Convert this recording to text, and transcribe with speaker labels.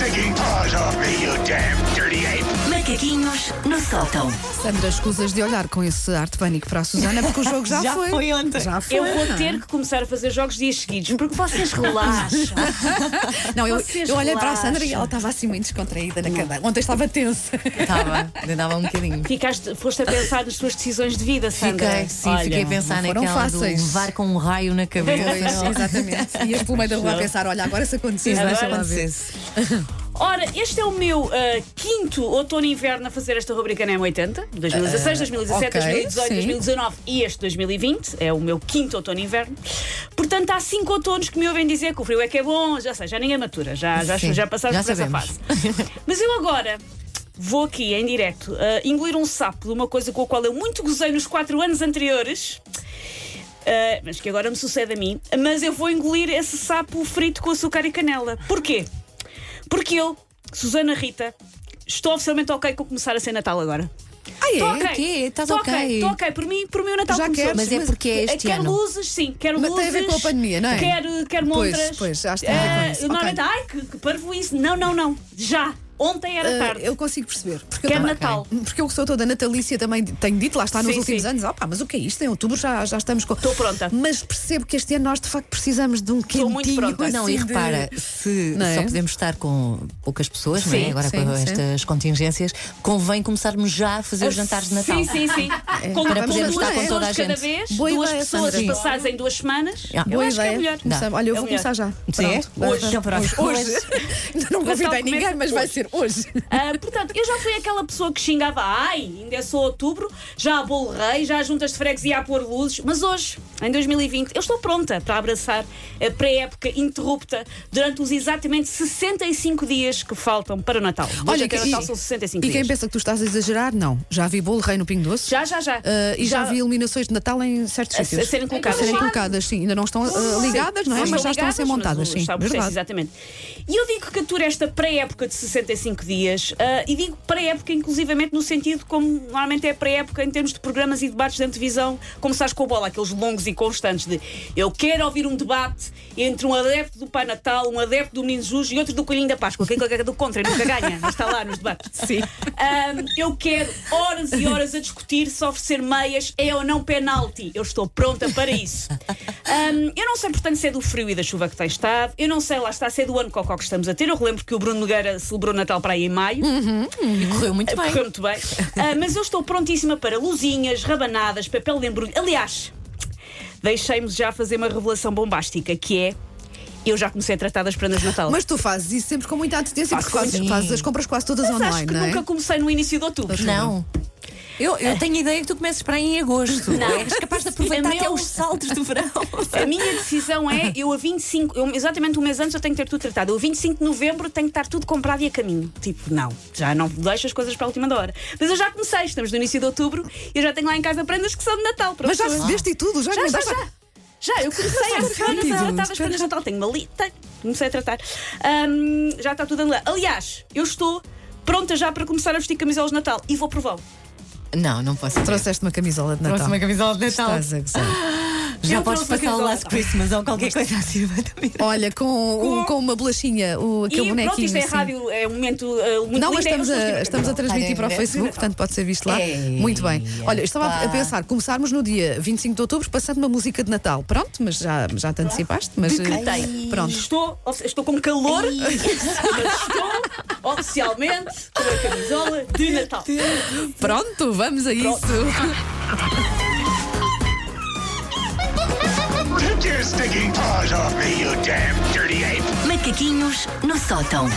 Speaker 1: taking paws off me, you damn dirty ape!
Speaker 2: Macaquinhos no sótão.
Speaker 3: Sandra, escusas de olhar com esse arte pânico para a Susana, porque o jogo já,
Speaker 4: Já
Speaker 3: foi.
Speaker 4: foi ontem.
Speaker 3: Já foi.
Speaker 5: Eu vou
Speaker 3: não é?
Speaker 5: ter que começar a fazer jogos dias seguidos, porque vocês relaxam.
Speaker 3: Não, eu,
Speaker 5: Vocês
Speaker 3: eu olhei para a Sandra e
Speaker 5: relaxam.
Speaker 3: ela estava assim muito descontraída na cadeira. Ontem estava tensa.
Speaker 4: Estava, ainda dava um bocadinho.
Speaker 5: Ficaste, foste a pensar nas tuas decisões de vida, Sandra.
Speaker 4: Fiquei, sim,
Speaker 5: Olha,
Speaker 4: fiquei a pensar
Speaker 3: não foram
Speaker 4: naquela
Speaker 3: fáceis.
Speaker 4: do levar com um raio na
Speaker 3: Pois,
Speaker 4: cabeça.
Speaker 3: exatamente. Ias pelo meio da rua a pensar: olha, agora se acontecesse,
Speaker 5: Agora
Speaker 3: deixa lá ver.
Speaker 4: acontecesse.
Speaker 5: Ora, este é o meu ah, quinto outono e inverno a fazer esta rubrica na M80, 2016, 2017,
Speaker 4: ok,
Speaker 5: 2018,
Speaker 4: sim.
Speaker 5: 2019 e este 2020, é o meu quinto outono e inverno. Portanto, há cinco outonos que me ouvem dizer que o frio é que é bom, já sei, já ninguém matura, já, já,
Speaker 4: Sim,
Speaker 5: já passaste
Speaker 4: já
Speaker 5: por
Speaker 4: sabemos.
Speaker 5: essa fase. Mas eu agora. Vou aqui em direto ah, engolir um sapo de uma coisa com a qual eu muito gozei nos quatro anos anteriores, ah, mas que agora me sucede a mim. Mas eu vou engolir esse sapo frito com açúcar e canela. Porquê? Porque eu, Susana Rita, estou oficialmente ok com começar a ser Natal agora.
Speaker 3: Ah, é?
Speaker 5: Estou
Speaker 4: o quê? Estás
Speaker 5: Estou
Speaker 4: ok?
Speaker 5: Estou ok. Por mim, por mim o Natal
Speaker 3: Já
Speaker 5: começou.
Speaker 3: queres?
Speaker 4: Mas é
Speaker 3: Mas-
Speaker 4: porque é este
Speaker 5: quero
Speaker 4: ano.
Speaker 5: luzes, sim, quero
Speaker 3: Mas
Speaker 5: luzes.
Speaker 3: tem a ver com a pandemia, não é?
Speaker 5: Quero, quero
Speaker 3: Pois,
Speaker 5: montras.
Speaker 3: pois, acho que tem a ver com
Speaker 5: Ah,
Speaker 3: isso.
Speaker 5: eu Normalmente, ai, que, que parvo isso. Não, não, não. Já. Ontem era
Speaker 3: Ah,
Speaker 5: tarde.
Speaker 3: eu consigo perceber. Porque eu
Speaker 5: Quero
Speaker 3: também-
Speaker 5: Natal.
Speaker 3: Porque eu que sou toda natalícia também tenho dito, lá está nos
Speaker 5: Sim,
Speaker 3: últimos
Speaker 5: sim.
Speaker 3: anos, opá, mas o que é isto? Em outubro já, já estamos com.
Speaker 5: Estou pronta.
Speaker 3: Mas percebo que este ano nós de facto precisamos de um
Speaker 5: Estou muito
Speaker 3: quentinho.
Speaker 5: pronta.
Speaker 4: Não,
Speaker 3: assim
Speaker 4: e
Speaker 3: de-
Speaker 4: repara, se
Speaker 3: Não é?
Speaker 4: só podemos estar com poucas pessoas, não
Speaker 3: Sim,
Speaker 4: é? agora
Speaker 3: sim,
Speaker 4: com
Speaker 3: sim.
Speaker 4: estas contingências, convém começarmos já a fazer os jantares de Natal.
Speaker 5: Sim, sim, sim. com
Speaker 4: Para
Speaker 5: com
Speaker 4: podermos
Speaker 5: duas
Speaker 4: estar com
Speaker 5: pessoas
Speaker 4: toda a
Speaker 5: cada
Speaker 4: gente.
Speaker 5: vez,
Speaker 3: Boa
Speaker 5: duas
Speaker 3: ideia,
Speaker 5: pessoas
Speaker 3: Sandra.
Speaker 5: passadas em duas semanas.
Speaker 4: Ah,
Speaker 5: eu
Speaker 3: Boa
Speaker 5: acho que é
Speaker 3: ideia.
Speaker 5: melhor.
Speaker 3: Começamos- Olha, eu vou
Speaker 5: É melhor.
Speaker 3: começar já.
Speaker 4: Sim, é?
Speaker 3: Pronto.
Speaker 4: Hoje. Então, pronto.
Speaker 3: Hoje. Não convidei
Speaker 5: Natal
Speaker 3: ninguém,
Speaker 5: começa
Speaker 3: mas vai
Speaker 5: hoje.
Speaker 3: ser hoje.
Speaker 5: Ah, portanto, eu já fui aquela pessoa que xingava, ai, ainda é só outubro, já há bolo rei, já há juntas de freguesia a pôr luzes, mas hoje, em 2020, eu estou pronta para abraçar a pré-época interrupta durante os exatamente 65 dias que faltam para o Natal. Hoje até Natal são 65
Speaker 3: e quem
Speaker 5: dias.
Speaker 3: pensa que tu estás a exagerar, não. Já vi bolo rei no Pingo Doce.
Speaker 5: Já, já, já.
Speaker 3: Ah, e já, vi iluminações de Natal em certos
Speaker 5: A- a
Speaker 3: sítios.
Speaker 5: serem colocadas.
Speaker 3: A serem colocadas, sim. Ainda não estão ah, ligadas, não é?
Speaker 5: Sim,
Speaker 3: Mas já estão a
Speaker 5: ligadas,
Speaker 3: ser
Speaker 5: mas
Speaker 3: montadas,
Speaker 5: o-
Speaker 3: sim.
Speaker 5: está o processo,
Speaker 3: Verdade.
Speaker 5: é, exatamente. E eu digo que captura esta pré-época de 65 dias, ah, e digo pré-época inclusivamente no sentido como normalmente é pré-época em termos de programas e debates da televisão, como sabes com a bola, aqueles longos e constantes de eu quero ouvir um debate entre um adepto do Pai Natal, um adepto do Menino Jus e outro do Coelhinho da Páscoa, aquele que é do contra e nunca ganha, mas está lá nos debates.
Speaker 3: Sim.
Speaker 5: Ahm, eu quero horas e horas a discutir se oferecer meias é ou não penalti. Eu estou pronta para isso. Ahm, eu não sei, portanto, se é do frio e da chuva que tem estado. Eu não sei, lá está, se é do ano cocó que estamos a ter. Eu relembro que o Bruno Nogueira celebrou Natal para aí em maio.
Speaker 4: E É, correu muito bem.
Speaker 5: Correu muito bem. Ah, mas eu estou prontíssima para luzinhas, rabanadas, papel de embrulho. Aliás, deixei-me já fazer uma revelação bombástica, que é... Eu já comecei a tratar das prendas de Natal.
Speaker 3: Mas tu fazes isso sempre com muita antecedência, porque
Speaker 5: Faço
Speaker 3: fazes,
Speaker 4: muito.
Speaker 3: fazes as compras quase todas
Speaker 5: Mas
Speaker 3: online,
Speaker 5: acho que
Speaker 3: não é?
Speaker 5: nunca comecei no início de outubro.
Speaker 4: Não. Eu, eu tenho a ideia que tu começas para aí em agosto.
Speaker 5: Não.
Speaker 4: És capaz de aproveitar
Speaker 5: A meu-
Speaker 4: até os saltos do verão.
Speaker 5: A minha decisão é, eu a 25, eu, exatamente um mês antes eu tenho que ter tudo tratado. Eu a 25 de novembro tenho que estar tudo comprado e a caminho. Tipo, não, já não deixo as coisas para a última da hora. Mas eu já comecei, estamos no início de outubro, e eu já tenho lá em casa prendas que são de Natal. Para
Speaker 3: Mas já
Speaker 5: pessoas.
Speaker 3: recebeste e tudo, já
Speaker 5: já, já,
Speaker 3: mandaste-
Speaker 5: já. Já, eu comecei a semana
Speaker 3: rápido,
Speaker 5: a tratar das
Speaker 3: espera.
Speaker 5: prendas de Natal. Tenho uma lita, comecei a tratar. Ahm, já está tudo andando. Aliás, eu estou pronta já para começar a vestir camisolas de Natal e vou prová-lo.
Speaker 4: Não, não posso.
Speaker 3: Trouxeste uma camisola de Natal.
Speaker 4: Trouxe uma camisola de Natal.
Speaker 3: Estás a gozar.
Speaker 4: Já
Speaker 5: Eu
Speaker 4: podes
Speaker 5: trouxe uma
Speaker 4: passar o
Speaker 5: camisola.
Speaker 4: Last Christmas ou qualquer coisa assim. vai também.
Speaker 3: Olha, com, o- com uma bolachinha, o,
Speaker 5: E
Speaker 3: aquele bonequinho.
Speaker 5: pronto, isto é
Speaker 3: assim.
Speaker 5: rádio, é um momento ah, muito
Speaker 3: Não,
Speaker 5: lindo,
Speaker 3: mas
Speaker 5: é
Speaker 3: estamos
Speaker 5: eu estou
Speaker 3: a, estamos a
Speaker 5: vestir
Speaker 3: transmitir para o
Speaker 4: Parem,
Speaker 3: Facebook, portanto pode ser visto lá.
Speaker 4: Ei,
Speaker 3: Muito bem. Olha, eu estava a- a
Speaker 4: pá.
Speaker 3: pensar, começarmos no dia 25 de outubro, passando uma música de Natal. Pronto, mas já, já te antecipaste. Mas,
Speaker 5: Decretei.
Speaker 3: eh, Pronto.
Speaker 5: Estou, estou com calor, mas estou oficialmente com a camisola de Natal.
Speaker 3: Pronto, vamos a isso.
Speaker 1: Take your stinking paws off me, you damn dirty ape!
Speaker 2: Macaquinhos no sótão.